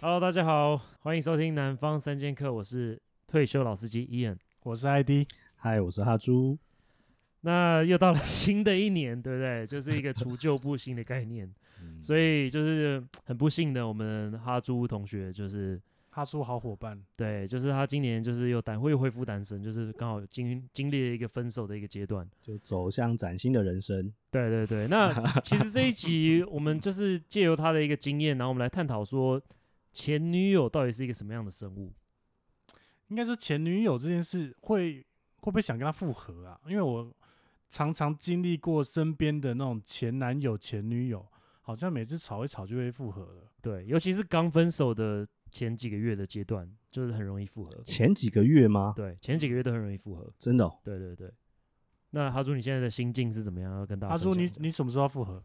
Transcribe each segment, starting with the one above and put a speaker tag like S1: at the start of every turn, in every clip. S1: Hello，大家好，欢迎收听《南方三剑客》，我是退休老司机 Ian。
S2: 我是 ID，
S3: 嗨，我是哈猪。
S1: 那又到了新的一年，对不对？就是一个除旧布新的概 念，
S2: 嗯
S1: 所以就是很不幸的，我们哈猪同学就是
S2: 哈叔好伙伴，
S1: 对，就是他今年就是又单会恢复单身，就是刚好经经历了一个分手的一个阶段。
S3: 就走向崭新的人生。
S1: 对对对， 那其实这一集我们就是借由他的一个经验，然后我们来探讨说前女友到底是一个什么样的生物。
S2: 应该说前女友这件事会会不会想跟他复合啊？因为我常常经历过身边的那种前男友、前女友，好像每次吵一吵就会复合了。
S1: 对，尤其是刚分手的前几个月的阶段，就是很容易复合。
S3: 前几个月吗？
S1: 对，前几个月都很容易复合。
S3: 真的、哦，
S1: 对对对。那哈猪，你现在的心境是怎么样？要跟大家
S2: 哈叔，
S1: 分
S2: 你
S1: 享一下
S2: 你什么时候要复合？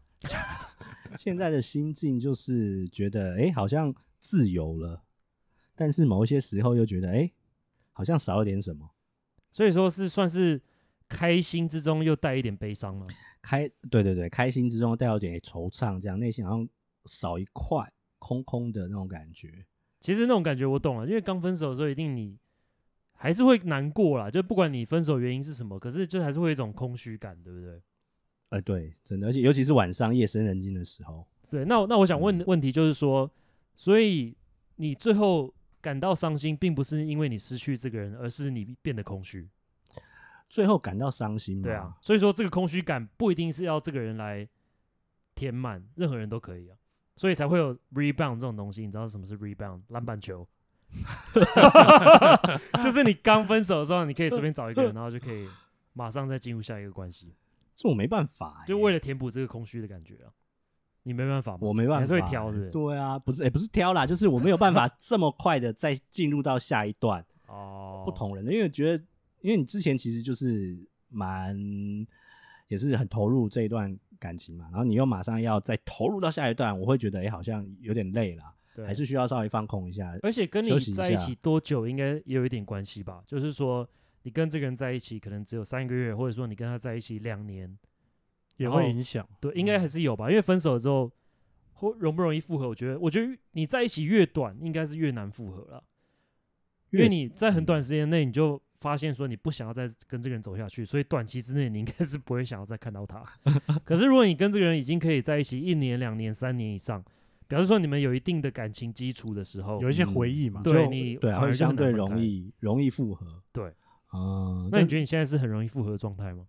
S3: 现在的心境就是觉得，哎、好像自由了，但是某一些时候又觉得，哎、好像少了点什么。
S1: 所以说是算是开心之中又带一点悲伤吗？
S3: 开，对对对，开心之中带有点惆怅，这样内心好像少一块，空空的那种感觉。
S1: 其实那种感觉我懂了，因为刚分手的时候，一定你还是会难过啦，就不管你分手原因是什么，可是就还是会有一种空虚感，对不对？
S3: 呃，对，真的，而且尤其是晚上夜深人静的时候，
S1: 对，那我那我想问的
S3: 嗯
S1: 问题就是说，所以你最后感到伤心，并不是因为你失去这个人，而是你变得空虚。
S3: 最后感到伤心嘛。
S1: 对啊，，所以说这个空虚感不一定是要这个人来填满，任何人都可以啊，所以才会有 rebound 这种东西。你知道什么是 rebound？篮板球， 就是你刚分手的时候，你可以随便找一个人，然后就可以马上再进入下一个关系，
S3: 这我没办法、
S1: 就为
S3: 了
S1: 了填补这个空虚的感觉啊。你没办法吗？
S3: 我没
S1: 你
S3: 办
S1: 还
S3: 法，
S1: 是会挑，是不是？
S3: 对啊，不是，也、不是挑啦，就是我没有办法这么快的再进入到下一段
S1: 哦，
S3: 不同人的，因为我觉得，因为你之前其实就是蛮也是很投入这一段感情嘛，然后你又马上要再投入到下一段，我会觉得哎、诶好像有点累啦，
S1: 对，
S3: 还是需要稍微放空一下。
S1: 而且跟你
S3: 休息一
S1: 在一
S3: 下
S1: 起多久应该也有一点关系吧？就是说，你跟这个人在一起可能只有三个月，或者说你跟他在一起两年，
S2: 也
S1: 然后
S2: 会影响。
S1: 对，应
S3: 嗯
S1: 该还是有吧。因为分手了之后，或容不容易复合，我觉得，我觉得你在一起越短，应该是越难复合了，因为
S3: 越嗯
S1: 你在很短时间内你就。发现说你不想要再跟这个人走下去，所以短期之内你应该是不会想要再看到他。 可是如果你跟这个人已经可以在一起一年、两年、三年以上，表示说你们有一定的感情基础的时候，
S2: 有一些回忆嘛，
S1: 哦嗯对
S3: 就
S1: 你
S3: 对
S1: 反
S3: 啊，
S1: 而就
S3: 会
S1: 很
S3: 相对
S1: 难分开
S3: 容易容易复合。
S1: 对，
S3: 嗯，
S1: 那你
S3: 但
S1: 觉得你现在是很容易复合的状态吗？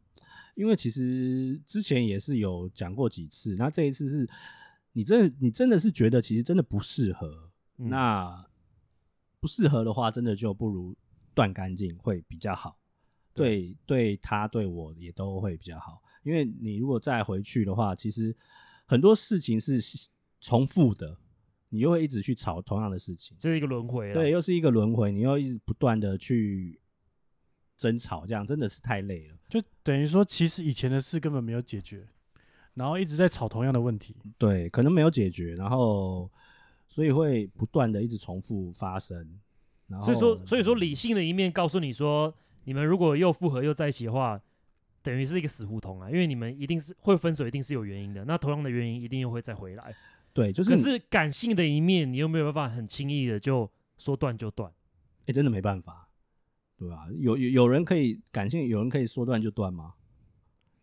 S3: 因为其实之前也是有讲过几次，那这一次是你真的你真的是觉得其实真的不适合，
S1: 嗯
S3: 那不适合的话，真的就不如断干净会比较好。对，对他对我也都会比较好，因为你如果再回去的话，其实很多事情是重复的，你又会一直去吵同样的事情，
S1: 这是一个轮回啦
S3: 对，，啊又是一个轮回，你又一直不断的去争吵，这样真的是太累了。
S2: 就等于说其实以前的事根本没有解决，然后一直在吵同样的问题。
S3: 对，可能没有解决，然后所以会不断的一直重复发生。然后
S1: 所以说，所以说理性的一面告诉你说，你们如果又复合又在一起的话，等于是一个死胡同啊，因为你们一定是会分手，一定是有原因的。那同样的原因一定又会再回来。
S3: 对，嗯就是
S1: 可
S3: 你
S1: 是感性的一面，你又没有办法很轻易的就说断就断。
S3: 哎、真的没办法，对吧、有有有人可以感性，有人可以说断就断吗？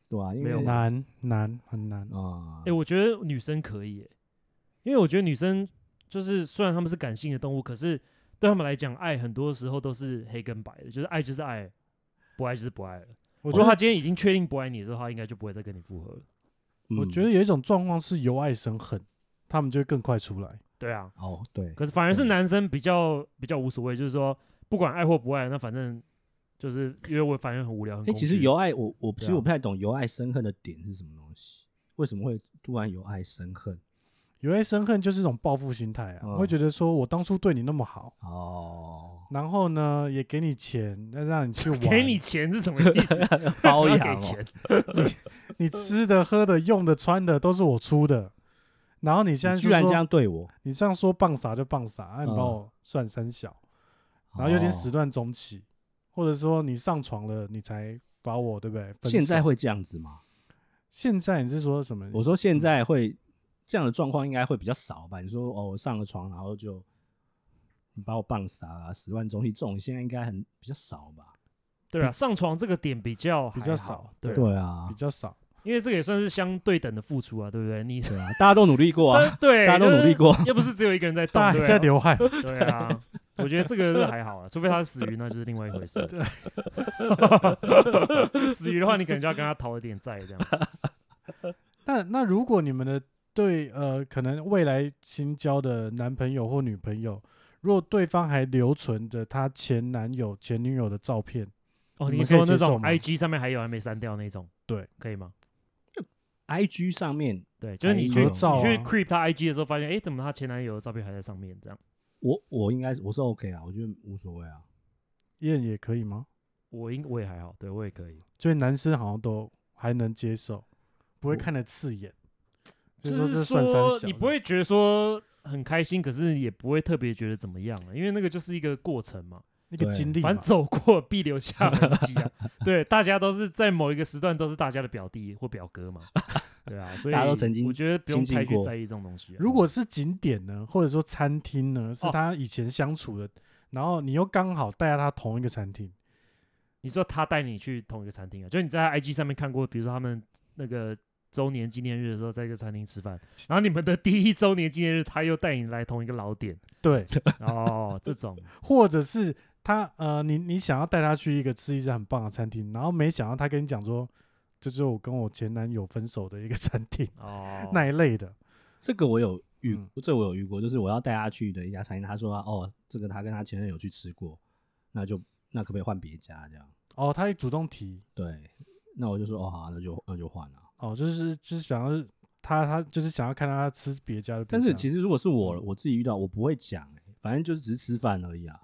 S3: 对啊吧、因
S1: 没
S3: 为
S1: 有吧
S2: 难难很难，
S3: 啊
S1: 哎、，我觉得女生可以、欸，因为我觉得女生就是虽然她们是感性的动物，可是对她们来讲，爱很多时候都是黑跟白的，就是爱就是爱，不爱就是不爱了。
S2: 我
S1: 如
S2: 觉
S1: 果
S2: 得
S1: 他今天已经确定不爱你的时候，他应该就不会再跟你复合了。
S2: 我
S3: 嗯
S2: 觉得有一种状况是由爱生恨，他们就会更快出来。
S1: 对啊，
S3: 哦，对，
S1: 可是反而是
S3: 对
S1: 男生比较比较无所谓，就是说不管爱或不爱，那反正就是因为我反正很无聊。很
S3: 哎、
S1: 空
S3: 其实
S1: 虚
S3: 由爱，我我其
S1: 对
S3: 实
S1: 啊
S3: 我不太懂由爱生恨的点是什么东西，为什么会突然由爱生恨？
S2: 有爱生恨就是一种报复心态啊，
S3: 嗯
S2: 会觉得说我当初对你那么好，
S3: 哦，
S2: 然后呢也给你钱，再让你 去玩，
S1: 给你钱是什么意思？
S3: 包
S1: 为什么要
S3: 养
S1: 给
S3: 哦
S1: 钱，
S2: 你吃的、喝的、用的、穿的都是我出的，然后你现在
S3: 你居
S2: 就
S3: 然
S2: 说
S3: 这样对我，
S2: 你这样说棒傻就棒傻，啊、你
S3: 嗯
S2: 帮我算三小，然后有点
S3: 哦
S2: 始乱终弃，或者说你上床了你才把我对不对？分
S3: 现在
S2: 手
S3: 会这样子吗？
S2: 现在你是说什么？
S1: 嗯
S3: 我说现在会这样的状况应该会比较少吧？你说哦，我上了床，然后就你把我棒杀啊，十万中一中，现在应该很比较少吧？
S1: 对啊，上床这个点比较
S2: 比
S1: 还
S2: 较
S1: 好
S2: 少
S1: 对，
S3: 对啊
S2: 比，较少。
S1: 因为这个也算是相对等的付出啊，对 不对？你
S3: 对啊，大家都努力过啊，
S1: 但对，
S3: 大家都
S1: 就是
S3: 努力过
S1: 又不是只有一个人在动，
S2: 大家
S1: 对
S2: 还
S1: 啊
S2: 在流汗，
S1: 对 啊，我觉得这个是还好啊，除非他是死鱼，那就是另外一回事。死鱼的话，你可能就要跟他讨一点债这样。
S2: 那那如果你们的对呃，可能未来新交的男朋友或女朋友，如果对方还留存着他前男友、前女友的照片，
S1: 哦，你
S2: 你们可
S1: 说
S2: 以
S1: 那
S2: 接受
S1: 种
S2: 吗
S1: IG 上面还有还没删掉那种，
S2: 对，
S1: 可以吗？
S3: I G 上面，
S1: 对，就是你
S3: 合
S1: 去你去
S2: 照啊
S1: creep 他 IG 的时候，发现诶，怎么他前男友的照片还在上面？这样，
S3: 我我应该是我是 OK 啊，我觉得无所谓啊。
S2: 验也可以吗？
S1: 我应我也还好，对我也可以。
S2: 所以男生好像都还能接受，不会
S3: 我
S2: 看得刺眼。所
S1: 就
S2: 以说这
S1: 是
S2: 算三
S1: 说
S2: 小
S1: 你不会觉得说很开心，可是也不会特别觉得怎么样啊了，因为那个就是一个过程嘛。
S2: 那个
S3: 对
S2: 经历嘛，
S1: 反正走过必留下痕迹啊。 对，大家都是在某一个时段都是大家的表弟或表哥嘛。 对啊，所以
S3: 大家都曾经
S1: 我觉得不用
S3: 亲近
S1: 太去
S3: 过
S1: 在意这种东西啊、
S2: 如果是景点呢，或者说餐厅呢，是
S1: 哦
S2: 他以前相处的，然后你又刚好带到他同一个餐厅，
S1: 你说他带你去同一个餐厅啊，就是你在 IG 上面看过，比如说他们那个周年纪念日的时候，在一个餐厅吃饭，然后你们的第一周年纪念日，他又带你来同一个老点，
S2: 对，
S1: 哦，这种
S2: 或者是他呃，你你想要带他去一个吃一家很棒的餐厅，然后没想到他跟你讲说，这就是我跟我前男友分手的一个餐厅、
S1: 哦，
S2: 那一类的，
S3: 这个我有遇，
S2: 嗯
S3: 这我有遇过，就是我要带他去的一家餐厅，他说啊哦，这个他跟他前任有去吃过，那就那可不可以换别家这样？
S2: 哦，他也主动提，
S3: 对，那我就说哦好啊、那就那就换了、
S2: 哦，就是就是想要他他就是想要看到他吃别家的别家，
S3: 但是其
S1: 啊
S2: 实
S3: 实如果是我
S1: 嗯
S3: 我自己遇到，我不会讲、欸，反正就是只是吃饭而已啊，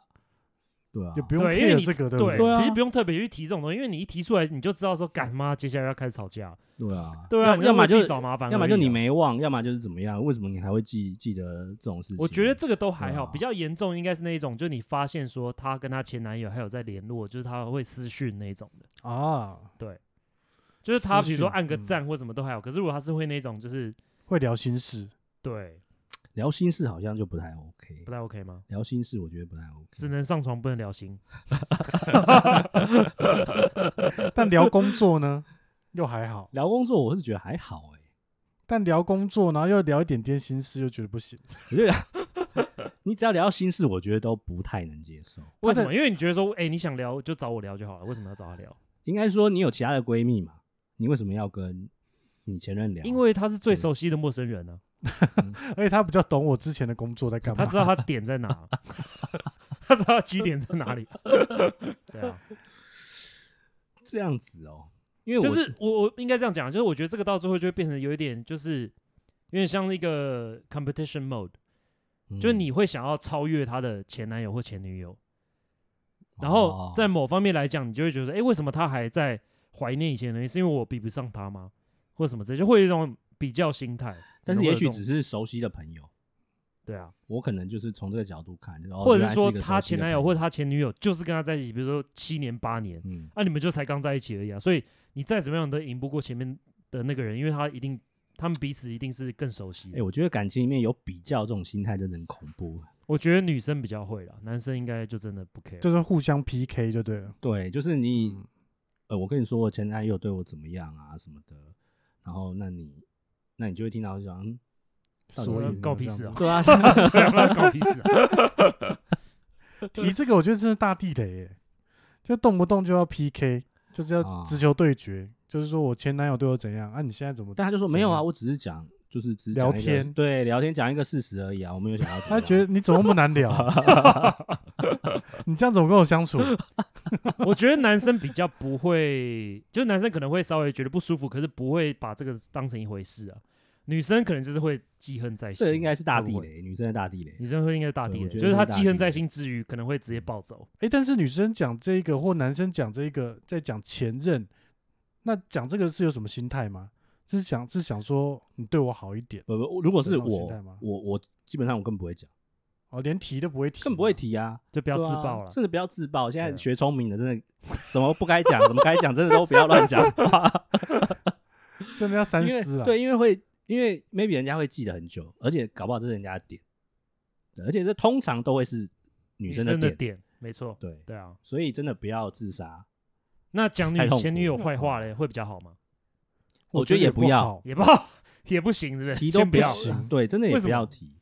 S3: 对啊
S2: 也，不用
S1: 对，因为
S2: care
S1: 你
S2: 这个
S1: 对
S2: 不对？
S3: 对啊
S1: 其实不用特别去提这种东西，因为你一提出来，你就知道说，干妈接下来要开始吵架了，
S3: 对啊，
S1: 对啊，
S3: 要
S1: 你
S3: 要么
S1: 为自己
S3: 就
S1: 找麻烦而已啊，
S3: 要么就你没忘，要么就是怎么样？为什么你还会记记得这种事情？
S1: 我觉得这个都还好，
S3: 对啊
S1: 比较严重应该是那一种，就你发现说她跟她前男友还有在联络，就是她会私讯那一种的，
S2: 啊，
S1: 就是她
S2: 私
S1: 比如说
S2: 讯
S1: 按个
S2: 嗯
S1: 赞或什么都还好，可是如果她是会那种就是
S2: 会聊心事，
S1: 对
S3: 聊心事好像就不太 OK，
S1: 不太 OK 吗？
S3: 聊心事我觉得不太 OK，
S1: 只能上床不能聊心，
S2: 但聊工作呢 又还好，
S3: 聊工作我是觉得还好哎、
S2: 但聊工作然后又聊一点点心事又觉得不行，
S3: 我觉得 你只要聊到心事，我觉得都不太能接受。
S1: 为什
S2: 他
S1: 么？因为你觉得说，哎、你想聊就找我聊就好了，为什么要找她聊？
S3: 应该说你有其他的闺蜜嘛，你为什么要跟你前任聊？
S1: 因为她是最熟悉的陌生人 呢、
S2: 在而且他比较懂我之前的工作在干
S1: 她
S2: 嘛，
S1: 知道她点在 哪，她知道基点在哪里，对啊。
S3: 这样子哦，因为我
S1: 就是我我应该这样讲，就是我觉得这个到最后就会变成有一点，就是有点像那个 competition mode，、
S3: 嗯
S1: 就是你会想要超越她的前男友或前女友，然
S3: 哦
S1: 后在某方面来讲，你就会觉得，哎、为什么她还在怀念以前的东西？是因为我比不上她吗？或什么之类，就会有一种比较心态。
S3: 但是也许
S1: 可能会有这种
S3: 只是熟悉的朋友，
S1: 对啊，
S3: 我可能就是从这个角度看，就是哦
S1: 或者
S3: 原来
S1: 是
S3: 是
S1: 说
S3: 一个熟
S1: 她
S3: 悉
S1: 前
S3: 的
S1: 男友
S3: 朋
S1: 或她前女友就是跟她在一起，比如说七年八年，
S3: 嗯，
S1: 啊，你们就才刚在一起而已啊，所以你再怎么样你都赢不过前面的那个人，因为他一定，他们彼此一定是更熟悉
S3: 哎、
S1: 的。
S3: 我觉得感情里面有比较这种心态真的很恐怖。
S1: 我觉得女生比较会啦，男生应该就真的不 care。
S2: 就是互相 PK 就对了。
S3: 对，就是你，
S2: 嗯
S1: 嗯
S3: 呃，我跟你说我前男友对我怎么样啊什么的，然后那你，那你就会听到就讲，嗯到底
S2: 所
S3: 是
S2: 以
S1: 告屁事啊
S2: 这样
S3: 对 啊，
S1: 对啊，那搞屁事啊！
S2: 子！提这个我觉得真是大地雷耶，就动不动就要 PK，就是要
S3: 啊
S2: 直球对决，就是说我前男友对我怎样啊？你现在怎么？
S3: 但他就说没有
S2: 怎
S3: 啊，
S2: 样
S3: 我只是讲，就是只
S2: 聊
S3: 讲一个
S2: 天
S3: 对，聊天讲一个事实而已啊，我没有想要怎么
S2: 他
S3: 样。
S2: 觉得你怎么那么难聊啊？你这样怎么跟我相处？
S1: 我觉得男生比较不会，就是男生可能会稍微觉得不舒服，可是不会把这个当成一回事啊。女生可能就是会记恨在心，
S3: 这应该是大地
S1: 会不会嗯
S3: 雷，女生的大地雷。
S1: 女生会应该是大地
S3: 对我
S1: 雷，
S3: 觉得
S1: 就是她
S3: 是大
S1: 记恨
S3: 地
S1: 在
S3: 雷
S1: 心之余，可能会直接暴走。
S2: 哎，但是女生讲这个或男生讲这个，在讲前任，那讲这个是有什么心态吗？是想是想说你对我好一点，
S3: 不不，如果
S2: 有
S3: 是
S2: 这种心
S3: 我
S2: 态吗，
S3: 我我基本上我更不会讲，
S2: 哦，连提都不会提，
S3: 更不会。提啊，
S1: 就不要
S3: 对
S1: 自
S3: 啊
S1: 爆了，
S3: 真的不要自爆。现
S2: 对
S3: 在
S2: 啊
S3: 学聪明的，真的什么不该讲，什么该讲，真的都不要乱讲话，
S2: 真的要三
S3: 因为
S2: 思啊！，
S3: 对，因为会，因为 maybe 人家会记得很久，而且搞不好这是人家的点，对而且这通常都会是女
S1: 生
S3: 生的点，
S1: 点，没错，
S3: 对，
S1: 对啊。
S3: 所以真的不要自杀，
S1: 那讲
S3: 太
S1: 你
S3: 痛苦
S1: 前 女友坏话嘞，会比较好吗？
S3: 我觉得也
S2: 不
S3: 要
S2: 好，
S1: 也不好， 也不行，是不是？
S3: 提
S1: 先
S3: 都
S1: 不要，
S3: 行，对，真的也
S1: 为什
S3: 不
S1: 么
S3: 要提，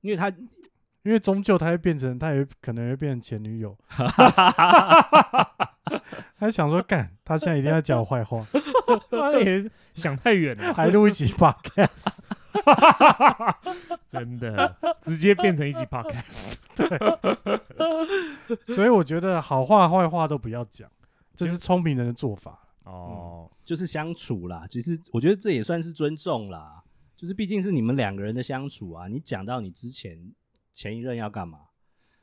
S3: 因为他
S2: 因为终究他会变成，他也可能会变成前女 友。他想说，干，他现在一定要讲我坏话，
S1: 妈的也哎想太远了，
S2: 还录一集 podcast，
S1: 真的直接变 成一集 podcast。
S2: 所以我觉得好话坏话都不要讲，这是聪明人的做法。
S1: 哦，
S3: 就是相处啦，其实我觉得这也算是尊重啦，就是毕竟是你们两个人的相处啊，你讲到你之前前一任要干嘛，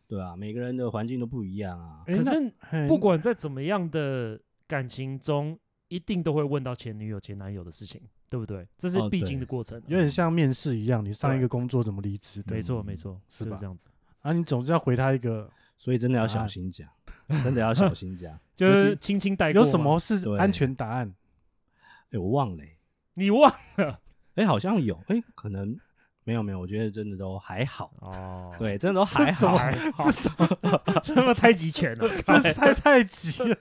S3: 对啊，每个人的环境都不一样啊，
S2: 诶
S1: 可
S2: 那
S1: 是
S2: 嘿
S1: 不管在怎么样的感情中，一定都会问到前女友、前男友的事情，对不对？这是
S3: 哦
S1: 必经
S3: 对
S1: 的过程啊。
S2: 有点像面试一样，你上一个工作怎么离职的
S1: 没错，
S3: 嗯
S1: 没错，
S2: 是
S1: 就
S2: 吧
S1: 这样子。
S2: 啊？你总是要回他一个，
S3: 所以真的要
S2: 啊
S3: 小心讲， 真的要小心 讲，
S1: 就
S3: 尤其
S1: 是轻轻带过
S2: 有
S1: 嘛。
S2: 什么是
S3: 对
S2: 安全答案？
S3: 哎，我忘了、欸，
S1: 你 忘
S3: 哎、好像有，哎、可能没有没有，我觉得真的都还好，
S1: 哦？
S3: 对，真的都
S2: 是
S3: 还
S2: 什
S3: 好
S2: 么，
S1: 还 好
S2: 这什么？
S1: 他妈太极拳了，
S2: 这是太太急 了，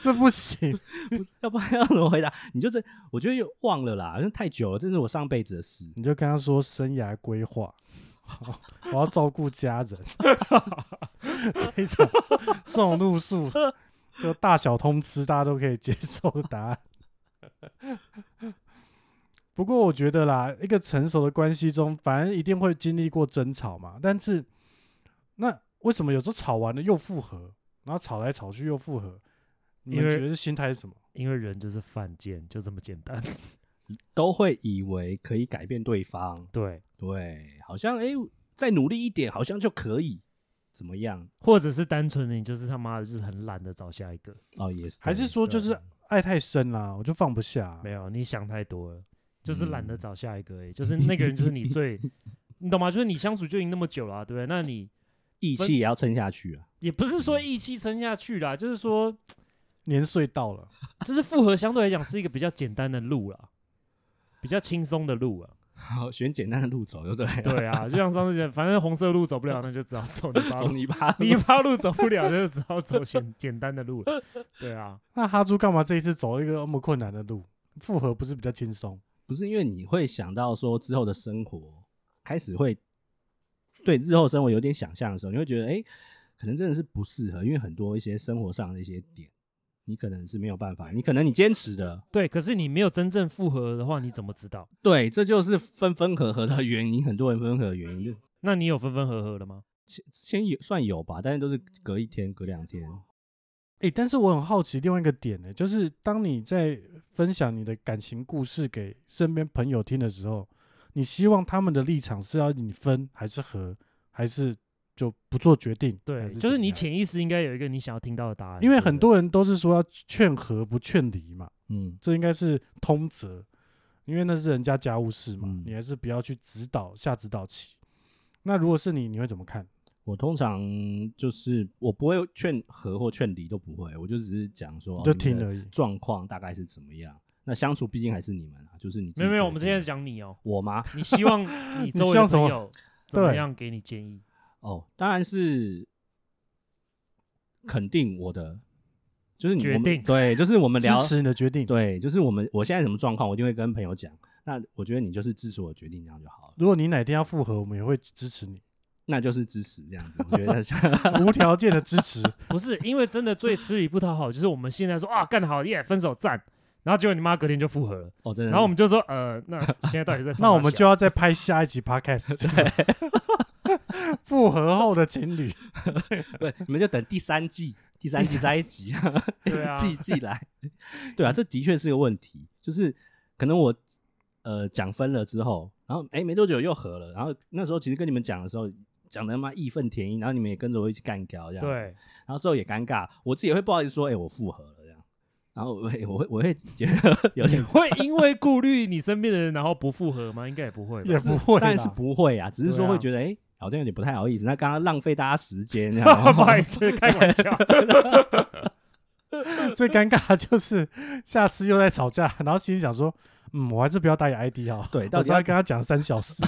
S2: 这不行。
S3: 不是，要不然要怎么回答？你就这，我觉得又忘了啦，因为太久了，这是我上辈子的事。
S2: 你就跟他说生涯规划，我要照顾家人， 这种这种路数，就大小通吃，大家都可以接受的答案。不过我觉得啦，一个成熟的关系中，反正一定会经历过争吵嘛。但是，那为什么有时候吵完了又复合，然后吵来吵去又复合？你们
S1: 因为
S2: 觉得心态是什么？
S1: 因为人就是犯贱，就这么简单。
S3: 都会以为可以改变对方，
S1: 对，
S3: 对，好像哎、再努力一点，好像就可以怎么样？
S1: 或者是单纯的你就是他妈的，就是很懒得找下一个。
S3: 哦，也是，
S2: 还是说就
S1: 对
S2: 是爱太深啦、我就放不下、
S1: 没有，你想太多了，就是懒得
S3: 嗯
S1: 找下一个而已。就是那个人就是你 最，你懂吗？就是你相处就已经那么久了啊、对不对？那你
S3: 义气也要撑下去啊。
S1: 也不是说
S2: 嗯
S1: 一气撑下去啦，就是说，
S2: 年岁到了。
S1: 就是复合相对来讲是一个比较简单的路啦，比较轻松的路啊。
S3: 好，选简单的路走，对不对？，
S1: 对啊，就像上次讲，反正红色路走不了，那就只好走泥巴
S3: 走
S1: 路。
S3: 泥巴路，
S1: 泥巴路走不了，就只好走简简单的路了。对啊，
S2: 那哈猪干嘛这一次走一个那么困难的路？复合不是比较轻松？
S3: 不是因为你会想到说之后的生活，开始会对日后生活有点想象的时候，你会觉得哎、诶可能真的是不适合，因为很多一些生活上的一些点，你可能是没有办法，你可能你坚持的，
S1: 对。可是你没有真正复合的话，你怎么知道？
S3: 对，这就是分分合合的原因，很多人分合的原因就。
S1: 那你有分分合合了吗？
S3: 前前有算有吧，但是都是隔一天、隔两天。
S2: 诶，但是我很好奇另外一个点呢、就是当你在分享你的感情故事给身边朋友听的时候，你希望他们的立场是要你分还是合，还是就不做决定？还
S1: 对，
S2: 怎
S1: 就是你
S2: 样，
S1: 潜意识应该有一个你想要听到的答案，
S2: 因为
S1: 对不
S2: 很
S1: 对
S2: 多人都是说要劝和不劝离嘛，
S3: 嗯，
S2: 这应该是通则，因为那是人家家务事嘛，
S3: 嗯
S2: 你还是不要去指导下指导棋。那如果是你，你会怎么看？
S3: 我通常就是我不会劝和或劝离都不会，我就只是讲说
S2: 你就
S3: 哦你
S2: 听
S3: 们的
S2: 而已。
S3: 状况大概是怎么样。那相处毕竟还是你们啊，就是你自己
S1: 没有没有，
S3: 决
S1: 我们现在
S3: 定
S1: 讲你哦，
S3: 我吗？
S1: 你希望你周围
S2: 希望
S1: 的
S2: 什
S1: 朋
S2: 么
S1: 友怎么
S2: 对
S1: 样给你建议？
S3: 哦，当然是肯定我的，就是你
S1: 决
S3: 我们
S1: 定
S3: 对，就是我们
S2: 支
S3: 聊
S2: 持你的决定。
S3: 对，就是我们我现在什么状况，我一定会跟朋友讲。那我觉得你就是支持我决定，这样就好了，
S2: 如果你哪天要复合，我们也会支持你，
S3: 那就是支持这样子。我觉得
S2: 无条件的支持。
S1: 不是，因为真的最吃力不讨好，就是我们现在说啊干得好耶，分手赞，然后结果你妈隔天就复合了，
S3: 哦，真的。
S1: 然后我们就说呃，那现在 到底在
S2: 嗯
S3: 啊
S2: 那我们就
S1: 要
S2: 要再拍下一 集 podcast，就是 复合后的情侣。
S3: 对，你们就等第三季，第三季再一集，
S1: 对 啊
S3: 季季来。对啊，这的确是个问题，就是可能我呃讲分了之后，然后哎没多久又合了，然后那时候其实跟你们讲的时候，讲的他妈义愤填膺，然后你们也跟着我一起干掉这样子，
S1: 对，
S3: 然后之后也尴尬，我自己也会不好意思说，哎、我复合了这样，然后我会我会我会觉 得有点。
S1: 会因为顾虑你身边的人，然后不复合吗？应该也不会吧，
S2: 也不会啦
S3: 但是不会啊，只是
S1: 对
S3: 说
S1: 啊
S3: 会觉得，哎、好像有点不太好意思。那刚刚浪费大家时间，这样
S2: 啊
S1: 不好意思，开玩笑，
S2: 最尴尬的就是下次又在吵架，然后心里想说，嗯，我还是不要打野 ID 好了。
S3: 对，
S2: 到
S3: 到
S2: 时
S3: 底
S2: 候
S3: 要
S2: 跟他讲三小时，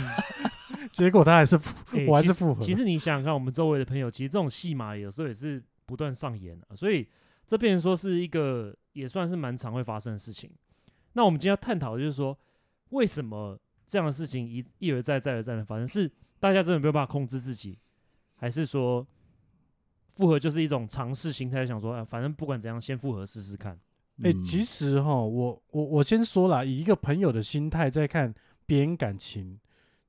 S2: 结果他还是复，
S3: 哎
S1: 欸
S2: 我还
S1: 其
S2: 是
S1: 实
S2: 复合。
S1: 其实你想想看，我们周围的朋友，其实这种戏码有时候也是不断上演啊，所以这变成说是一个也算是蛮常会发生的事情。那我们今天要探讨的就是说，为什么这样的事情一一而再再而再的发生？是大家真的没有办法控制自己，还是说复合就是一种尝试心态，想说啊，反正不管怎样，先复合试试看。
S2: 哎、
S3: 嗯
S2: 其实哈，我我我先说啦，以一个朋友的心态在看别人感情，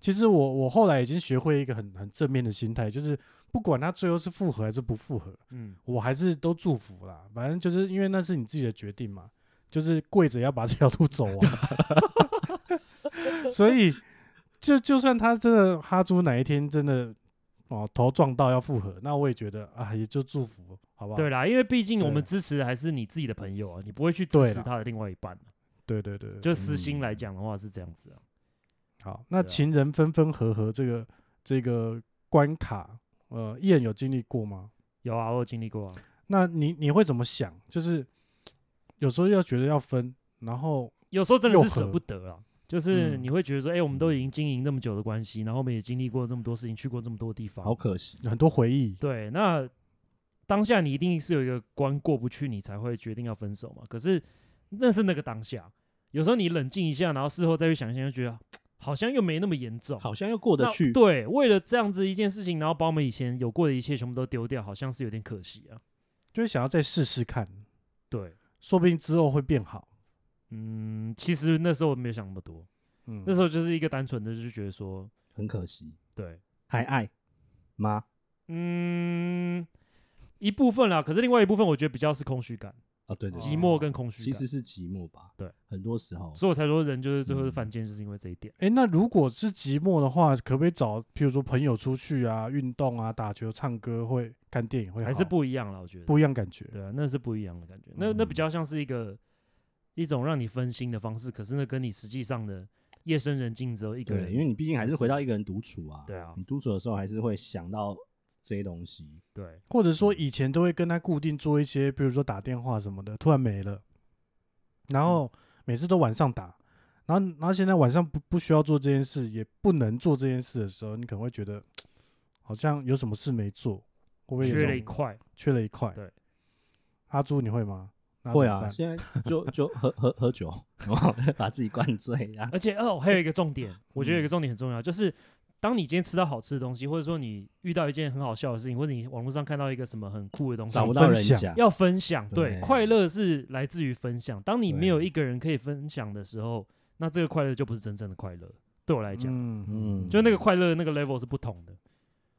S2: 其实我我后来已经学会一个很很正面的心态，就是不管他最后是复合还是不复合，
S1: 嗯，
S2: 我还是都祝福啦。反正就是因为那是你自己的决定嘛，就是跪着要把这条路走完、 所以就就算他真的哈猪哪一天真的哦头撞到要复合，那我也觉得啊也就祝福，好不好？
S1: 对啦，因为毕竟我们
S2: 对
S1: 支持的还是你自己的朋友啊，你不会去支
S2: 对
S1: 持
S2: 啦
S1: 他的另外一半，啊
S2: 对对对，对
S1: 就私心
S3: 嗯
S1: 来讲的话是这样子啊。
S2: 好，那
S1: 对啊
S2: 情人分分合合这个这个关卡，呃，燕有经历过吗？
S1: 有啊，我有经历过啊。
S2: 那你你会怎么想？就是有时候要觉得要分，然后
S1: 有时候真的
S2: 又
S1: 是舍
S2: 合
S1: 不得啊，就是
S2: 嗯
S1: 你会觉得说，哎、我们都已经经营那么久的关系，然后我们也经历过这么多事情，去过这么多地方
S3: 好，可惜。
S2: 很多回忆，
S1: 对，那当下你一定是有一个关过不去，你才会决定要分手嘛。可是那是那个当下，有时候你冷静一下，然后事后再去想一下，就觉得好像又没那么严重。
S3: 好像又过得
S1: 那
S3: 去。
S1: 对，为了这样子一件事情，然后把我们以前有过的一切全部都丢掉，好像是有点可惜啊。
S2: 就会想要再试试看，
S1: 对，
S2: 说不定之后会变好。
S1: 嗯，其实那时候我没有想那么多，
S2: 嗯，
S1: 那时候就是一个单纯的，就是觉得说，
S3: 很可惜，
S1: 对，
S3: 还爱吗？
S1: 嗯，一部分啦，可是另外一部分我觉得比较是空虚感、
S3: 啊，对对，对
S1: 寂寞跟空虚
S3: 其
S1: 感，
S3: 实是寂寞吧。
S1: 对，
S3: 很多时候，
S1: 所以我才说人就是最后是
S3: 嗯
S1: 犯贱，就是因为这一点。
S2: 诶，那如果是寂寞的话，可不可以找，譬如说朋友出去啊、运动啊、打球、唱歌、会看电影，会
S1: 还是
S2: 好啊
S1: 不一样了，我觉得。
S2: 不一样感觉？
S1: 对啊，那是不一样的感觉，那那比
S3: 嗯
S1: 较像是一个一种让你分心的方式，可是那跟你实际上的夜深人静之后一个
S3: 对，
S1: 人，
S3: 因为你毕竟还是回到一个人独处啊。
S1: 对啊
S3: 你独处的时候还是会想到这些东西。
S1: 对
S2: 或者说以前都会跟他固定做一些，比如说打电话什么的，突然没了，然后每次都晚上打，然后然后现在晚上不不需要做这件事，也不能做这件事的时候，你可能会觉得好像有什么事没做，会不会有
S1: 缺了
S2: 这
S1: 一
S2: 种
S1: 块，
S2: 缺了一块？
S1: 对，
S2: 阿朱你会吗？那
S3: 会
S2: 怎么
S3: 啊，
S2: 办
S3: 现在就就喝喝喝酒，然后 把自己灌醉 啊。
S1: 而且哦，还有一个重点，我觉得有一
S3: 嗯
S1: 个重点很重要，就是当你今天吃到好吃的东西，或者说你遇到一件很好笑的事情，或者你网络上看到一个什么很酷的东西，
S3: 找不到人
S2: 分
S3: 家，
S1: 要分享，对，
S3: 对
S1: 快乐是来自于分享。当你没有
S3: 对
S1: 一个人可以分享的时候，那这个快乐就不是真正的快乐。对我来讲，
S2: 嗯，
S3: 嗯，
S1: 就那个快乐的那个 level 是不同的。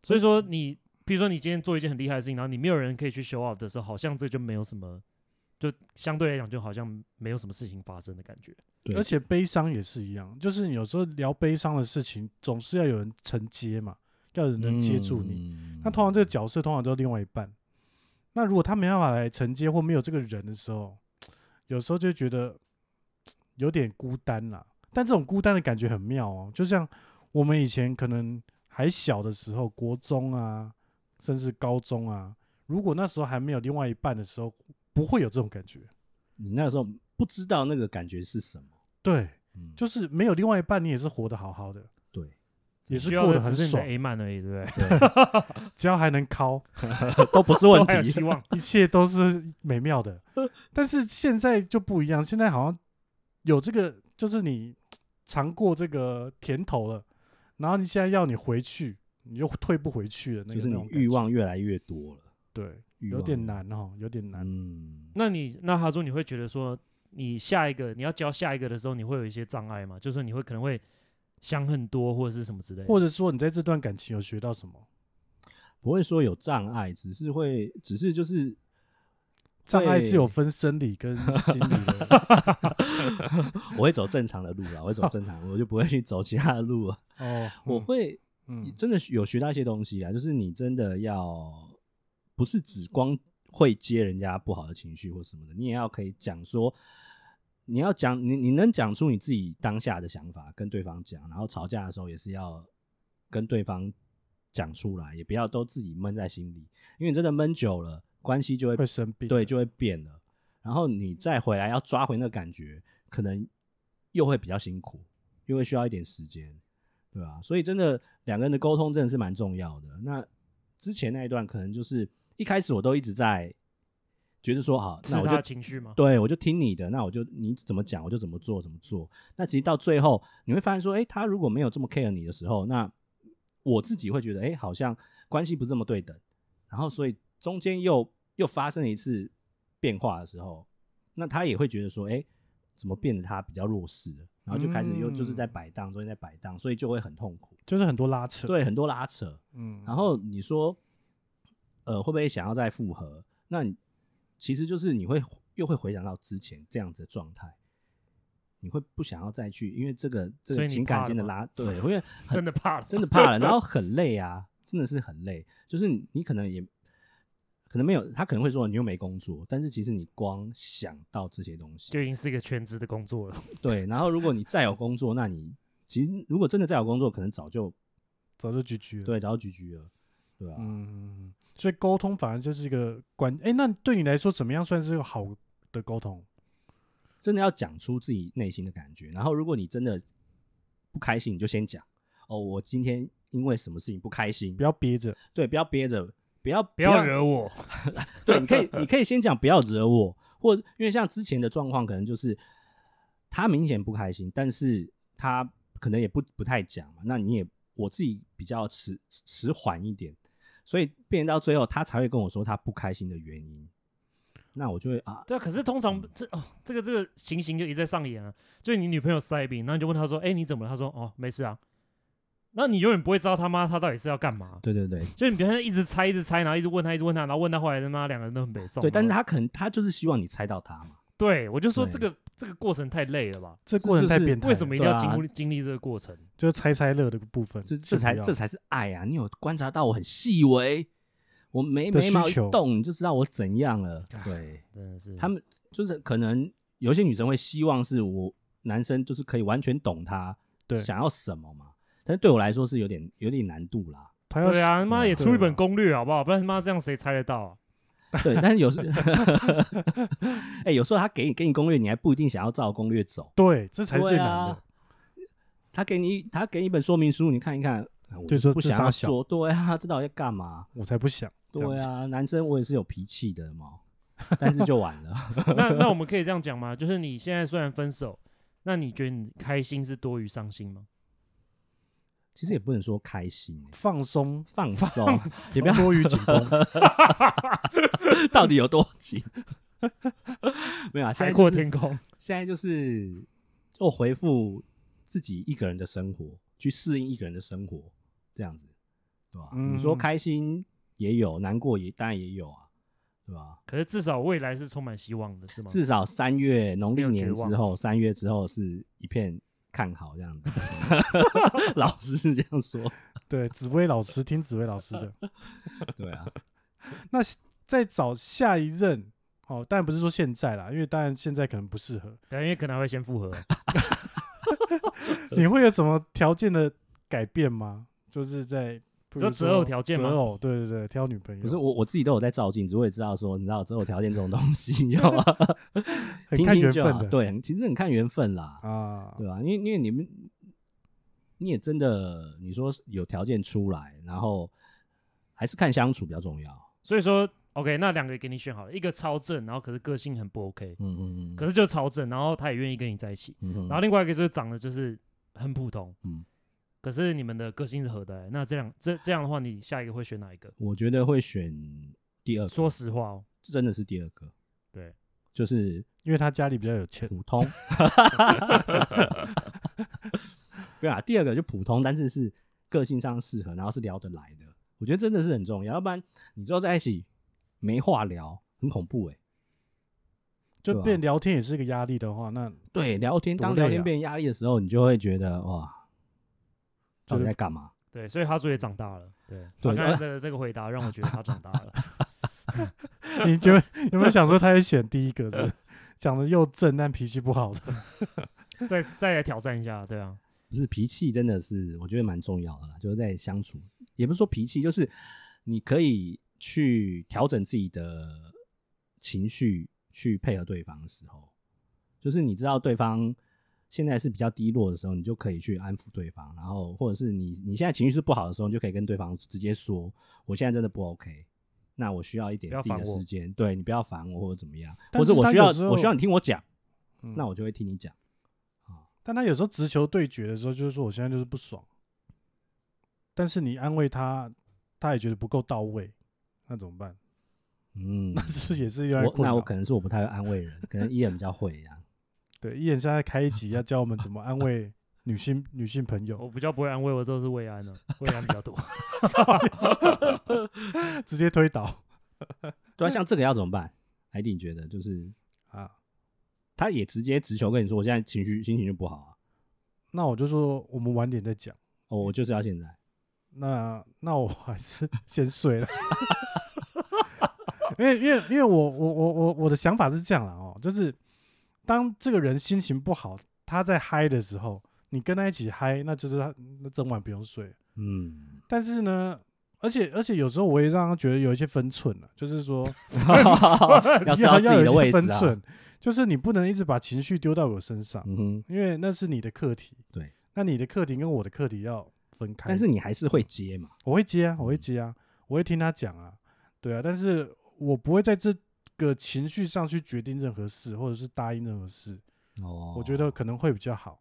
S1: 所以说你，比如说你今天做一件很厉害的事情，然后你没有人可以去 show off 的时候，好像这就没有什么，就相对来讲就好像没有什么事情发生的感觉。
S3: 对
S2: 而且悲伤也是一样，就是你有时候聊悲伤的事情，总是要有人承接嘛，要有人能接住你。
S3: 你
S2: 那通常这个角色通常都是另外一半。那如果他没办法来承接或没有这个人的时候，有时候就觉得有点孤单啦。但这种孤单的感觉很妙哦，就像我们以前可能还小的时候，国中啊，甚至高中啊，如果那时候还没有另外一半的时候，不会有这种感觉。
S3: 你那个时候不知道那个感觉是什么，
S2: 对，
S3: 嗯，
S2: 就是没有另外一半，你也是活得好好的，
S3: 对
S2: 也
S1: 需
S2: 是
S1: 要
S2: 过
S1: 的
S2: 得很
S1: 只是你的
S2: 爽，
S1: A 漫而已，对不对？
S3: 对，
S2: 只要还能靠。
S3: 都不是
S1: 都
S3: 问
S1: 还有
S3: 题
S1: 希。望。
S2: 一切都是美妙的。但是现在就不一样，现在好像有这个，就是你尝过这个甜头了，然后你现在要你回去，你又退不回去了，那
S3: 就
S2: 个
S3: 是
S2: 那
S3: 你
S2: 种感
S3: 欲
S2: 觉
S3: 望越来越多了，
S2: 对，
S3: 欲
S2: 有
S3: 望
S2: 点
S3: 越来
S2: 难哦，有点难。
S3: 嗯，
S1: 那你那他说你会觉得说，你下一个你要教下一个的时候，你会有一些障碍吗？就是说你会可能会想很多或者是什么之类的。
S2: 或者说你在这段感情有学到什么
S3: 不会说有障碍，只是会，只是就是
S2: 障碍是有
S3: 会，
S2: 分生理跟心理的
S3: 我会走正常的路啦，我会走正常的路，我就不会去走其他的路了。
S2: 哦。
S3: 我
S2: 嗯
S3: 会
S2: 嗯
S3: 真的有学到一些东西啊，就是你真的要不是只光会接人家不好的情绪或什么的，你也要可以讲说，你要讲你你能讲出你自己当下的想法跟对方讲，然后吵架的时候也是要跟对方讲出来，也不要都自己闷在心里，因为你真的闷久了，关系就会
S2: 会生病，
S3: 对，就会变了。然后你再回来要抓回那个感觉，可能又会比较辛苦，又会需要一点时间。对吧、所以真的两个人的沟通真的是蛮重要的。那之前那一段可能就是一开始我都一直在觉得说好，
S1: 是
S3: 那我
S1: 他的
S3: 就
S1: 情绪吗？
S3: 对我就听你的，那我就你怎么讲我就怎么做怎么做。那其实到最后你会发现说，哎，他如果没有这么 care 你的时候，那我自己会觉得，哎，好像关系不是这么对等。然后所以中间又又发生了一次变化的时候，那他也会觉得说，哎，怎么变得他比较弱势了？然后就开始又就是在
S2: 嗯
S3: 摆荡，中间在摆荡，所以就会很痛苦。
S2: 就是很多拉扯。，
S3: 对，很多拉扯。
S2: 嗯，
S3: 然后你说，呃，会不会想要再复合？那你其实就是你会又会回想到之前这样子的状态，你会不想要再去，因为这个这
S1: 所以
S3: 个
S1: 你
S3: 情感
S1: 怕
S3: 间的
S1: 了吗
S3: 拉， 对，因为很
S1: 真的怕了，
S3: 真的怕了，然后很累啊，真的是很累。就是你你可能也可能没有，他可能会说你又没工作，但是其实你光想到这些东西，
S1: 就已经是一个全职的工作了。
S3: 对。然后如果你再有工作，那你其实如果真的再有工作，可能早就
S2: 早就 GG 了。，
S3: 对早就居居了，对吧、啊
S2: 嗯，所以沟通反而就是一个关。哎、那对你来说，怎么样算是个好的沟通？
S3: 真的要讲出自己内心的感觉。然后，如果你真的不开心，你就先讲哦，我今天因为什么事情不开心
S2: 不，要憋着，
S3: 对，不要憋着，不要
S1: 不要，惹我，
S3: 对，你可以你可以先讲，不要惹我，或因为像之前的状况，可能就是他明显不开心，但是他可能也不不太讲嘛，那你也我自己比较迟迟缓一点，所以变成到最后，他才会跟我说他不开心的原因。那我就会啊，
S1: 对啊，可是通常这哦，这个这个情形就一再上演啊。就你女朋友塞饼，然后你就问她说：“哎、你怎么了？”她说：“哦，没事啊。”那你永远不会知道他妈她到底是要干嘛。
S3: 对对对，
S1: 就你别人一直猜，一直猜，然后一直问她，一直问她，然后问到后来他妈两个人都很北宋。
S3: 对，但是
S1: 然后
S3: 他可能他就是希望你猜到他嘛。
S1: 对我就说
S3: 对
S1: 这个这个过程太累了吧？
S2: 这过
S3: 这
S2: 程太
S3: 就是
S2: 变态了。
S1: 为什么一定
S3: 对
S1: 要
S3: 啊
S1: 经历、经历这个过程？
S2: 就是猜猜乐的部分？
S3: 这这
S2: 先不
S3: 才
S2: 要
S3: 这才是爱啊！你有观察到我很细微，我眉
S2: 的
S3: 眉毛
S2: 需
S3: 一
S2: 求嗯
S3: 动，你就知道我怎样了。对
S1: 真的是
S3: 他们就是可能有些女生会希望是我男生就是可以完全懂她
S2: 对，
S3: 想要什么嘛，但是对我来说是有点有点难度啦。
S2: 他要
S1: 对啊，他妈也
S2: 对
S1: 出一
S2: 啊
S1: 本攻略好不好？不然他妈这样谁猜得到啊？
S3: 对，但是有 时， 哎、有时候他给你给你攻略，你还不一定想要照攻略走。
S2: 对，这才是最
S3: 对
S2: 难
S3: 啊
S2: 的。
S3: 他给你他给你一本说明书，你看一看，啊我
S2: 对
S3: 就
S2: 说
S3: 是不
S2: 这
S3: 想
S2: 傻
S3: 要
S2: 小
S3: 做，对啊，知道我要干嘛。
S2: 我才不想。这样
S3: 对
S2: 子，
S3: 啊，男生我也是有脾气的嘛， 但是就完了。
S1: 那那我们可以这样讲吗？就是你现在虽然分手，那你觉得你开心是多于伤心吗？
S3: 其实也不能说开心欸、
S2: 放 松，
S3: 放松也
S2: 也
S3: 不
S2: 不要
S3: 要
S2: 多于紧 绷。
S3: 到底有多急。 没有啊，现
S1: 海
S3: 在、就
S1: 阔
S3: 是、
S1: 天空，
S3: 现在就是就回复自己一个人的生活，去适应一个人的生活，这样子，对吧、
S2: 嗯
S3: 你说开心也有，难过也当然也有啊，对吧？
S1: 可是至少未来是充满希望的，是吗？
S3: 至少三月农历
S1: 没有
S3: 年
S1: 绝望
S3: 之后，三月之后是一片看好 这样子，老师是这样说，
S2: 对，紫薇老师听紫薇老师 的。
S3: 对啊。
S2: 那再找下一任，哦，当然不是说现在啦，因为当然现在可能不适 合。
S1: 对，因为可能还会先复合。
S2: 你会有什么条件的改变吗？就是在比
S1: 你说
S2: 如
S1: 择偶条件吗
S2: 择偶，对对对，挑女朋友。
S3: 不是我我自己都有在照镜子，我也知道说，你知道择偶条件这种东西，你知 道吗？
S2: 很
S3: 听
S2: 看
S3: 听
S2: 缘
S3: 就
S2: 分
S3: 好
S2: 的，
S3: 对，很其实很看缘分啦，
S2: 啊，
S3: 对吧、因为因为你们你也真的，你说有条件出来，然后还是看相处比较重要。
S1: 所以说，OK，那两个给你选好了，一个超正，然后可是个性很不 OK，
S3: 嗯嗯嗯，
S1: 可是就超正，然后他也愿意跟你在一起。
S3: 嗯哼
S1: 然后另外一个就是长得就是很普通，
S3: 嗯
S1: 可是你们的个性是合的、那这样这这样的话，你下一个会选哪一个？
S3: 我觉得会选第二个，
S1: 说实话哦，
S3: 真的是第二个，
S1: 对，
S3: 就是
S2: 因为他家里比较有钱，
S3: 普通。 对啊，第二个就普通，但是是个性上适合，然后是聊得来的。我觉得真的是很重要，要不然你之后在一起没话聊，很恐怖哎、
S2: 就
S3: 对啊
S2: 变聊天也是一个压力的话，那
S3: 对，聊天
S2: 多
S3: 当
S2: 累
S3: 聊天
S2: 啊
S3: 变压力的时候，你就会觉得哇，到
S2: 就
S3: 底
S2: 是
S3: 在干嘛？
S1: 对，所以哈主也长大了。对，
S3: 嗯对啊
S1: 他刚才的那个回答让我觉得他长大 了。
S2: 你就有没有想说他也选第一个是不是？讲的又正但脾气不好的，
S1: 再再来挑战一下，对啊，
S3: 不是脾气真的是我觉得蛮重要的啦，就是在相处，也不是说脾气，就是你可以去调整自己的情绪去配合对方的时候，就是你知道对方现在是比较低落的时候，你就可以去安抚对方，然后或者是你你现在情绪是不好的时候，你就可以跟对方直接说，我现在真的不 OK，那我需要一点
S1: 不要
S3: 自己的
S1: 烦我
S3: 时间，对你不要烦我或者怎么样，
S2: 但
S3: 或者
S2: 是
S3: 我
S2: 他
S3: 需要
S2: 有时候
S3: 我需要你听我讲，
S2: 嗯
S3: 那我就会听你讲。
S2: 但他有时候直球对决的时候，就是说我现在就是不爽，但是你安慰他，他也觉得不够到位，那怎么办？
S3: 嗯，
S2: 那是不是也是有点
S3: 我
S2: 困
S3: 那
S2: 扰？
S3: 我可能是我不太会安慰人，可能伊人比较会这样。
S2: 对，一人现在开一集要教我们怎么安慰女性女性朋友，
S3: 哦
S1: 我比较不会安慰，我都是慰安了，慰安比 较多。
S2: 直接推倒
S1: 嗯
S3: 对啊，像这个要怎么办？海底觉得就是
S2: 啊。
S3: 他也直接直球跟你说，我现在情绪心情就不好啊，
S2: 那我就说我们晚点再讲。
S3: 哦，我就是要现在。
S2: 那那我还是先睡了， 因为因为因为我我我我我的想法是这样啦哦，就是当这个人心情不好，他在嗨的时候，你跟他一起嗨，那就是他那整晚不用睡。
S3: 嗯，
S2: 但是呢，而且而且有时候我也让他觉得有一些分寸了、就是说
S3: 要知道
S2: 要
S3: 自己
S2: 要
S3: 的
S2: 有一
S3: 位
S2: 些
S3: 置
S2: 分
S3: 啊。
S2: 寸，就是你不能一直把情绪丢到我身
S1: 啊
S2: 上，
S3: 嗯哼，
S2: 因为那是你的课题。
S3: 对，
S2: 那你的课题跟我的课题要分开。
S3: 但是你还是会接嘛。
S2: 我会接啊，我会
S3: 嗯
S2: 接啊，我会听他讲啊，对啊，但是我不会在这个情绪上去决定任何事，或者是答应任何事，
S3: 哦
S2: 我觉得可能会比较好。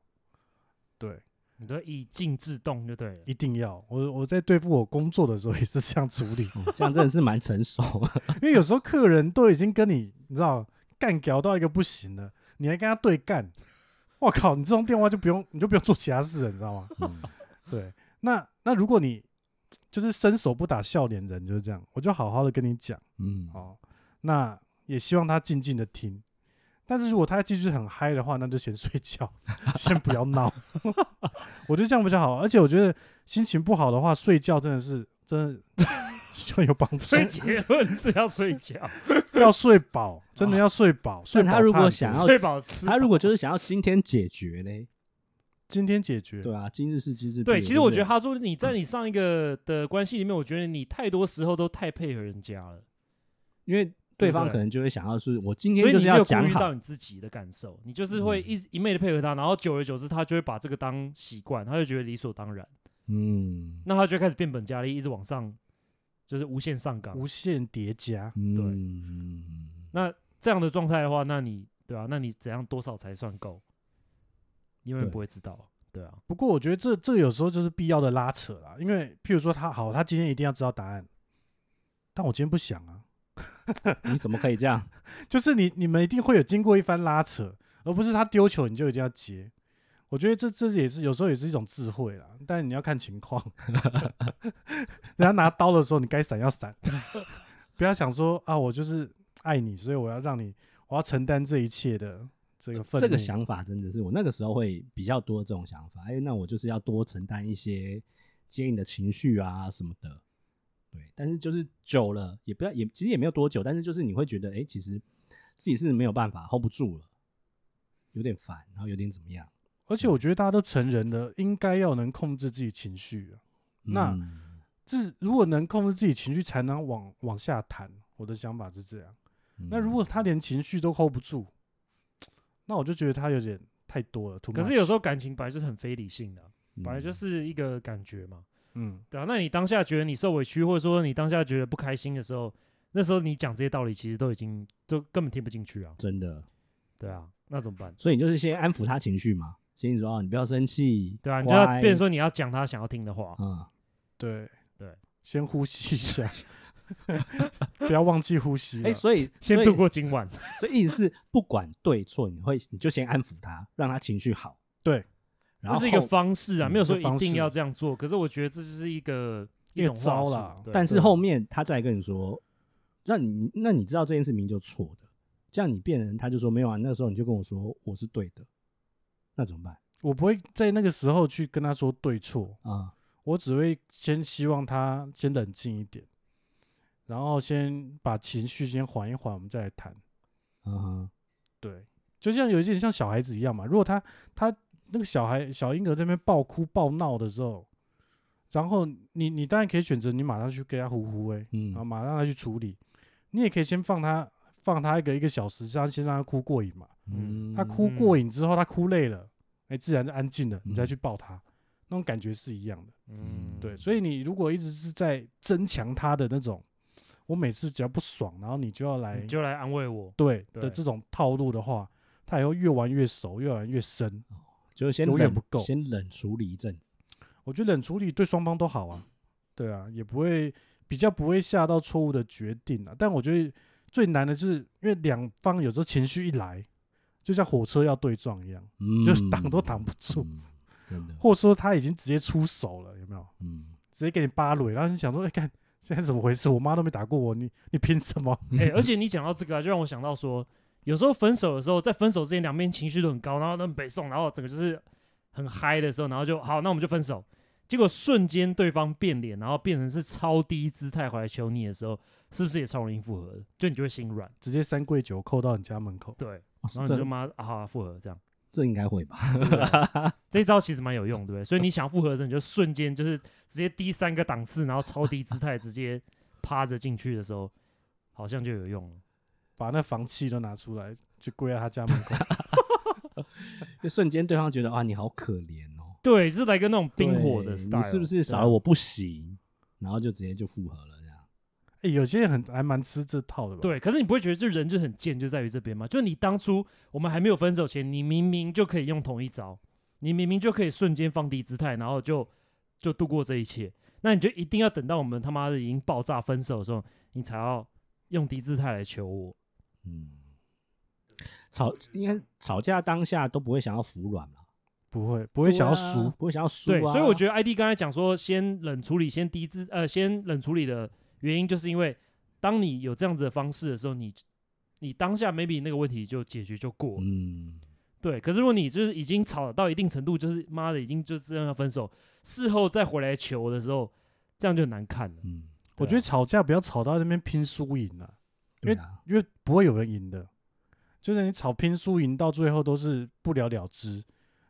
S2: 对，
S1: 你都以静制动就对了。
S2: 一定要我我在对付我工作的时候也是这样处理，
S3: 哦这样真的是蛮成熟。
S2: 因为有时候客人都已经跟你你知道干屌到一个不行了，你还跟他对干，我靠，你这种电话就不用 你就不用做其他事了，你知道吗？
S3: 嗯
S2: 对，那那如果你就是伸手不打笑脸人就是这样，我就好好的跟你讲。
S3: 嗯，
S2: 哦，那也希望他静静的听。但是如果他继续很嗨的话，那就先 睡觉，先不要闹。 我觉得这样比较好，而且我觉得心情不好的话，睡觉真的是真的 就有帮助，
S1: 所以结论是要睡觉，
S2: 要睡饱，真的要睡饱。睡
S3: 但哦他
S2: 饱
S3: 如
S2: 差
S3: 果
S2: 很
S3: 想
S2: 多
S3: 要
S1: 睡饱吃饱。
S3: 他如果就是想要今天解决嘞，
S2: 今天解决，
S3: 对啊，今日事今日毕
S1: 对，其实我觉得，
S3: 就是
S1: 他说你在你上一个的关系里面，我觉得你太多时候都太配合人家了，
S3: 因为对方
S1: 对不对
S3: 可能就会想要是，我今
S1: 所
S3: 天
S1: 以
S3: 就
S1: 你
S3: 是
S1: 没
S3: 要
S1: 有顾
S3: 讲
S1: 虑
S3: 好嗯
S1: 到，你自己的感受，你就是会一一昧的配合他，然后久而久之，他就会把这个当习惯，他就觉得理所当然，
S3: 嗯
S1: 那他就开始变本加厉，一直往上，就是无限上纲。
S2: 无限叠加。
S3: 嗯，
S1: 那这样的状态的话，那你对啊，那你怎样多少才算够？你永远
S3: 对
S1: 不会知道，对啊，
S2: 不过我觉得这这有时候就是必要的拉扯啦，因为譬如说他好，他今天一定要知道答案，但我今天不想啊，
S3: 嗯 你怎么可以这样？
S2: 就是你你们一定会有经过一番拉扯，而不是他丢球你就一定要接。我觉得这这也是有时候也是一种智慧啦，但你要看情况。 人家拿刀的时候，你该闪要闪，不要想说啊，我就是爱你，所以我要让你，我要承担这一切的这个分内。
S3: 这个想法真的是我那个时候会比较多这种想法，哎，那我就是要多承担一些接应的情绪啊什么的，对。但是就是久了，也不要也其实也没有多久，但是就是你会觉得，哎，其实自己是没有办法 hold 不住了，有点烦，然后有点怎么样。
S2: 而且我觉得大家都成人了，应该要能控制自己情绪、啊。那
S3: 嗯
S2: 这如果能控制自己情绪，才能往往下谈。我的想法是这样。
S1: 嗯
S3: 嗯
S2: 那如果他连情绪都 hold 不住，那我就觉得他有点太多了。too
S1: 可是有时
S2: much
S1: 候感情本来就是很非理性的啊、
S3: 嗯
S1: 本来就是一个感觉嘛。
S2: 嗯，
S1: 对啊，那你当下觉得你受委屈，或者说你当下觉得不开心的时候，那时候你讲这些道理，其实都已经就根本听不进去啊。
S3: 嗯真的，
S1: 对啊，那怎么办？
S3: 所以你就是先安抚他情绪嘛，先说哦，你不要生气，
S1: 对啊，你就要
S3: 乖
S1: 变成说你要讲他想要听的话。
S3: 嗯，
S2: 对
S1: 对，
S2: 先呼吸 一下，不要忘记呼吸了。
S3: 哎，所以
S1: 先
S3: 所以
S1: 度过今晚，
S3: 所以意思是不管对错，你会你就先安抚他，让他情绪好。
S2: 对，
S1: 这
S3: 然后
S1: 是一个
S3: 后
S1: 方式啊，
S2: 嗯
S1: 没有说
S2: 一个
S1: 一
S2: 方
S1: 定
S2: 式
S1: 要这样做。可是我觉得这就是一个一
S2: 一个
S1: 种话
S2: 招
S1: 术
S2: 啦
S1: 对
S3: 但是
S2: 对
S3: 后面他再跟你说，那你那你知道这件事明明就错的，这样你变人他就说没有啊，那时候你就跟我说我是对的，那怎么办
S2: 我不会在那个时候去跟他说对错，
S3: 啊？
S2: 我只会先希望他先冷静一点，然后先把情绪先缓一缓，我们再来谈。
S3: 嗯哼，
S2: 对，就像有一点像小孩子一样嘛。如果他他那个小孩小婴儿在那边暴哭暴闹的时候，然后你你当然可以选择你马上去给他呼呼哎、然后
S3: 嗯，
S2: 马上让他去处理。你也可以先放他放他一个一个小时，让他先让他哭过瘾嘛。
S1: 嗯
S2: 他哭过瘾之后，他哭累了，哎、自然就安静了，你
S3: 嗯
S2: 再去抱他，那种感觉是一样的。
S1: 嗯，
S2: 对，所以你如果一直是在增强他的那种，我每次只要不爽，然后你就要来
S1: 你就来安慰我，
S2: 对的
S1: 对
S2: 这种套路的话，他以后越玩越熟，越玩越深。
S3: 就是先
S2: 永远
S3: 冷
S2: 不够
S3: 先冷处理一阵子。
S2: 我觉得冷处理对双方都好啊，对啊，也不会比较不会下到错误的决定啊。但我觉得最难的是，因为两方有时候情绪一来，就像火车要对撞一样，
S3: 嗯
S2: 就是挡都挡不住，
S3: 嗯真的，
S2: 或者说他已经直接出手了，有没有？
S3: 嗯，
S2: 直接给你扒雷，然后你想说，哎、看现在怎么回事？我妈都没打过我，你你凭什么？
S1: 哎、而且你讲到这个、啊，就让我想到说，有时候分手的时候，在分手之前两边情绪都很高，然后都很北宋，然后整个就是很嗨的时候，然后就好，那我们就分手。结果瞬间对方变脸，然后变成是超低姿态回来求你的时候，是不是也超容易复合的？就你就会心软，
S2: 直接三跪九叩到你家门口。
S1: 对，
S3: 哦
S1: 然后你
S3: 这
S1: 就妈啊好啊复合这样，
S3: 这应该会吧？
S1: 这一招其实蛮有用，对不对？所以你想复合的时候，你就瞬间就是直接低三个档次，然后超低姿态，直接趴着进去的时候，好像就有用了。
S2: 把那房契都拿出来，就跪在他家门口。
S3: 就瞬间对方觉得啊，你好可怜哦，
S1: 对，就是来个那种冰火
S3: 对
S1: 的 style，
S3: 你是
S1: 对
S3: 不是少了我不行？然后就直接就复合了，这样。
S2: 哎、有些人很还蛮吃这套的吧？，
S1: 对，可是你不会觉得这人就很贱，就在于这边吗？就你当初我们还没有分手前，你明明就可以用同一招，你明明就可以瞬间放低姿态，然后就就度过这一切。那你就一定要等到我们他妈的已经爆炸分手的时候，你才要用低姿态来求我。
S3: 嗯，吵应该吵架当下都不会想要服软嘛，
S2: 不会不
S3: 不
S2: 会想要输。，
S3: 不会想要输、啊。
S1: 对，所以我觉得 ID 刚才讲说先冷处理，先低姿呃先冷处理的原因，就是因为当你有这样子的方式的时候，你你当下 maybe 那个问题就解决就过了。
S3: 嗯，
S1: 对，可是如果你就是已经吵到一定程度，就是妈的已经就是要分手，事后再回来求的时候，这样就很难看了。
S3: 嗯，
S2: 我
S1: 啊
S2: 觉得吵架不要吵到那边拼输赢啊，
S3: 对啊，
S2: 因为不会有人赢的。就是你吵拼输赢到最后都是不了了之，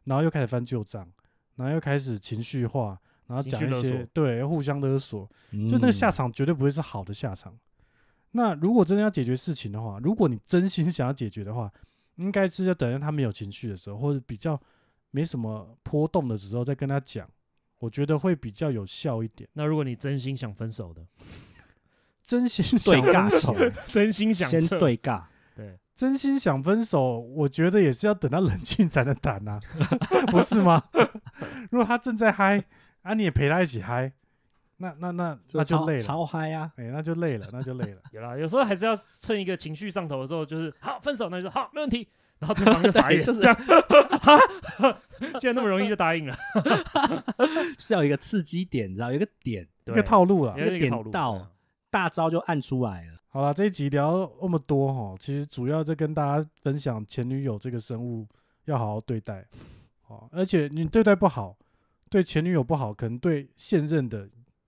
S2: 然后又开始翻旧账，然后又开始情绪化，然后
S1: 情
S2: 讲
S1: 绪
S2: 一
S1: 勒
S2: 些
S1: 索
S2: 对互相勒索，
S3: 就
S2: 就那个
S3: 嗯
S2: 下场绝对不会是好的下场。那如果真的要解决事情的话，如果你真心想要解决的话，应该是要等到他没有情绪的时候，或者比较没什么波动的时候再跟他讲，我觉得会比较有效一点。
S1: 那如果你真心想分手的，
S2: 真心
S3: 对
S2: 想
S3: 尬
S2: 分手，
S1: 真心想
S3: 先
S1: 撤
S3: 对尬，
S1: 对，
S2: 真心想分手，我觉得也是要等他冷静才能谈啊， 不是吗？ 如果他正在嗨，啊，你也陪他一起嗨，那那那那就
S3: 超
S2: 累了，
S3: 超嗨 啊！
S2: 哎、那就累了，那就累了。
S1: 有啦，有时候还是要趁一个情绪上头的时候，就是好分手，那就说好没问题，然后对方就傻眼，
S3: 对 就是
S1: 这样，哈，竟然那么容 易就答应了，
S3: 是要有一个刺激点，你知道，有一个点，
S2: 一
S1: 对
S2: 个套路了，
S1: 也是一
S3: 一个
S1: 个
S3: 点
S1: 套路。
S3: 到
S1: 对啊
S3: 大招就按出来了。
S2: 好了，这一集聊那么多哈，其实主要在跟大家分享前女友这个生物要好好对待哦，而且你对待不好，对前女友不好，可能对现任的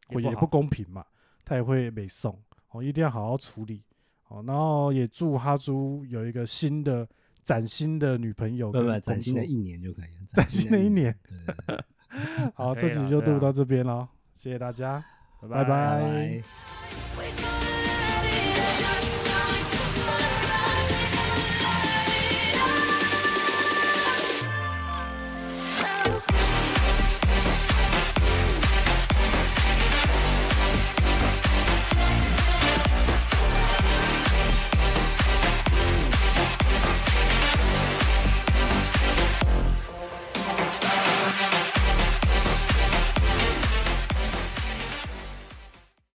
S1: 也
S2: 也
S1: 不
S2: 也
S1: 好
S2: 不公平嘛，他也会被送哦，一定要好好处理哦。然后也祝哈猪有一个新的崭新的女朋友
S3: 不
S2: 跟
S3: 不
S2: 工
S3: 不，
S2: 作，
S3: 崭新的一年就可以了，
S2: 崭新的一年。
S3: 对对对，
S2: 好，
S1: 可
S2: 这
S1: 以
S2: 集
S1: 了
S2: 就
S1: 对
S2: 录
S1: 啊
S2: 到这边了，谢谢大家。拜拜
S3: 拜拜。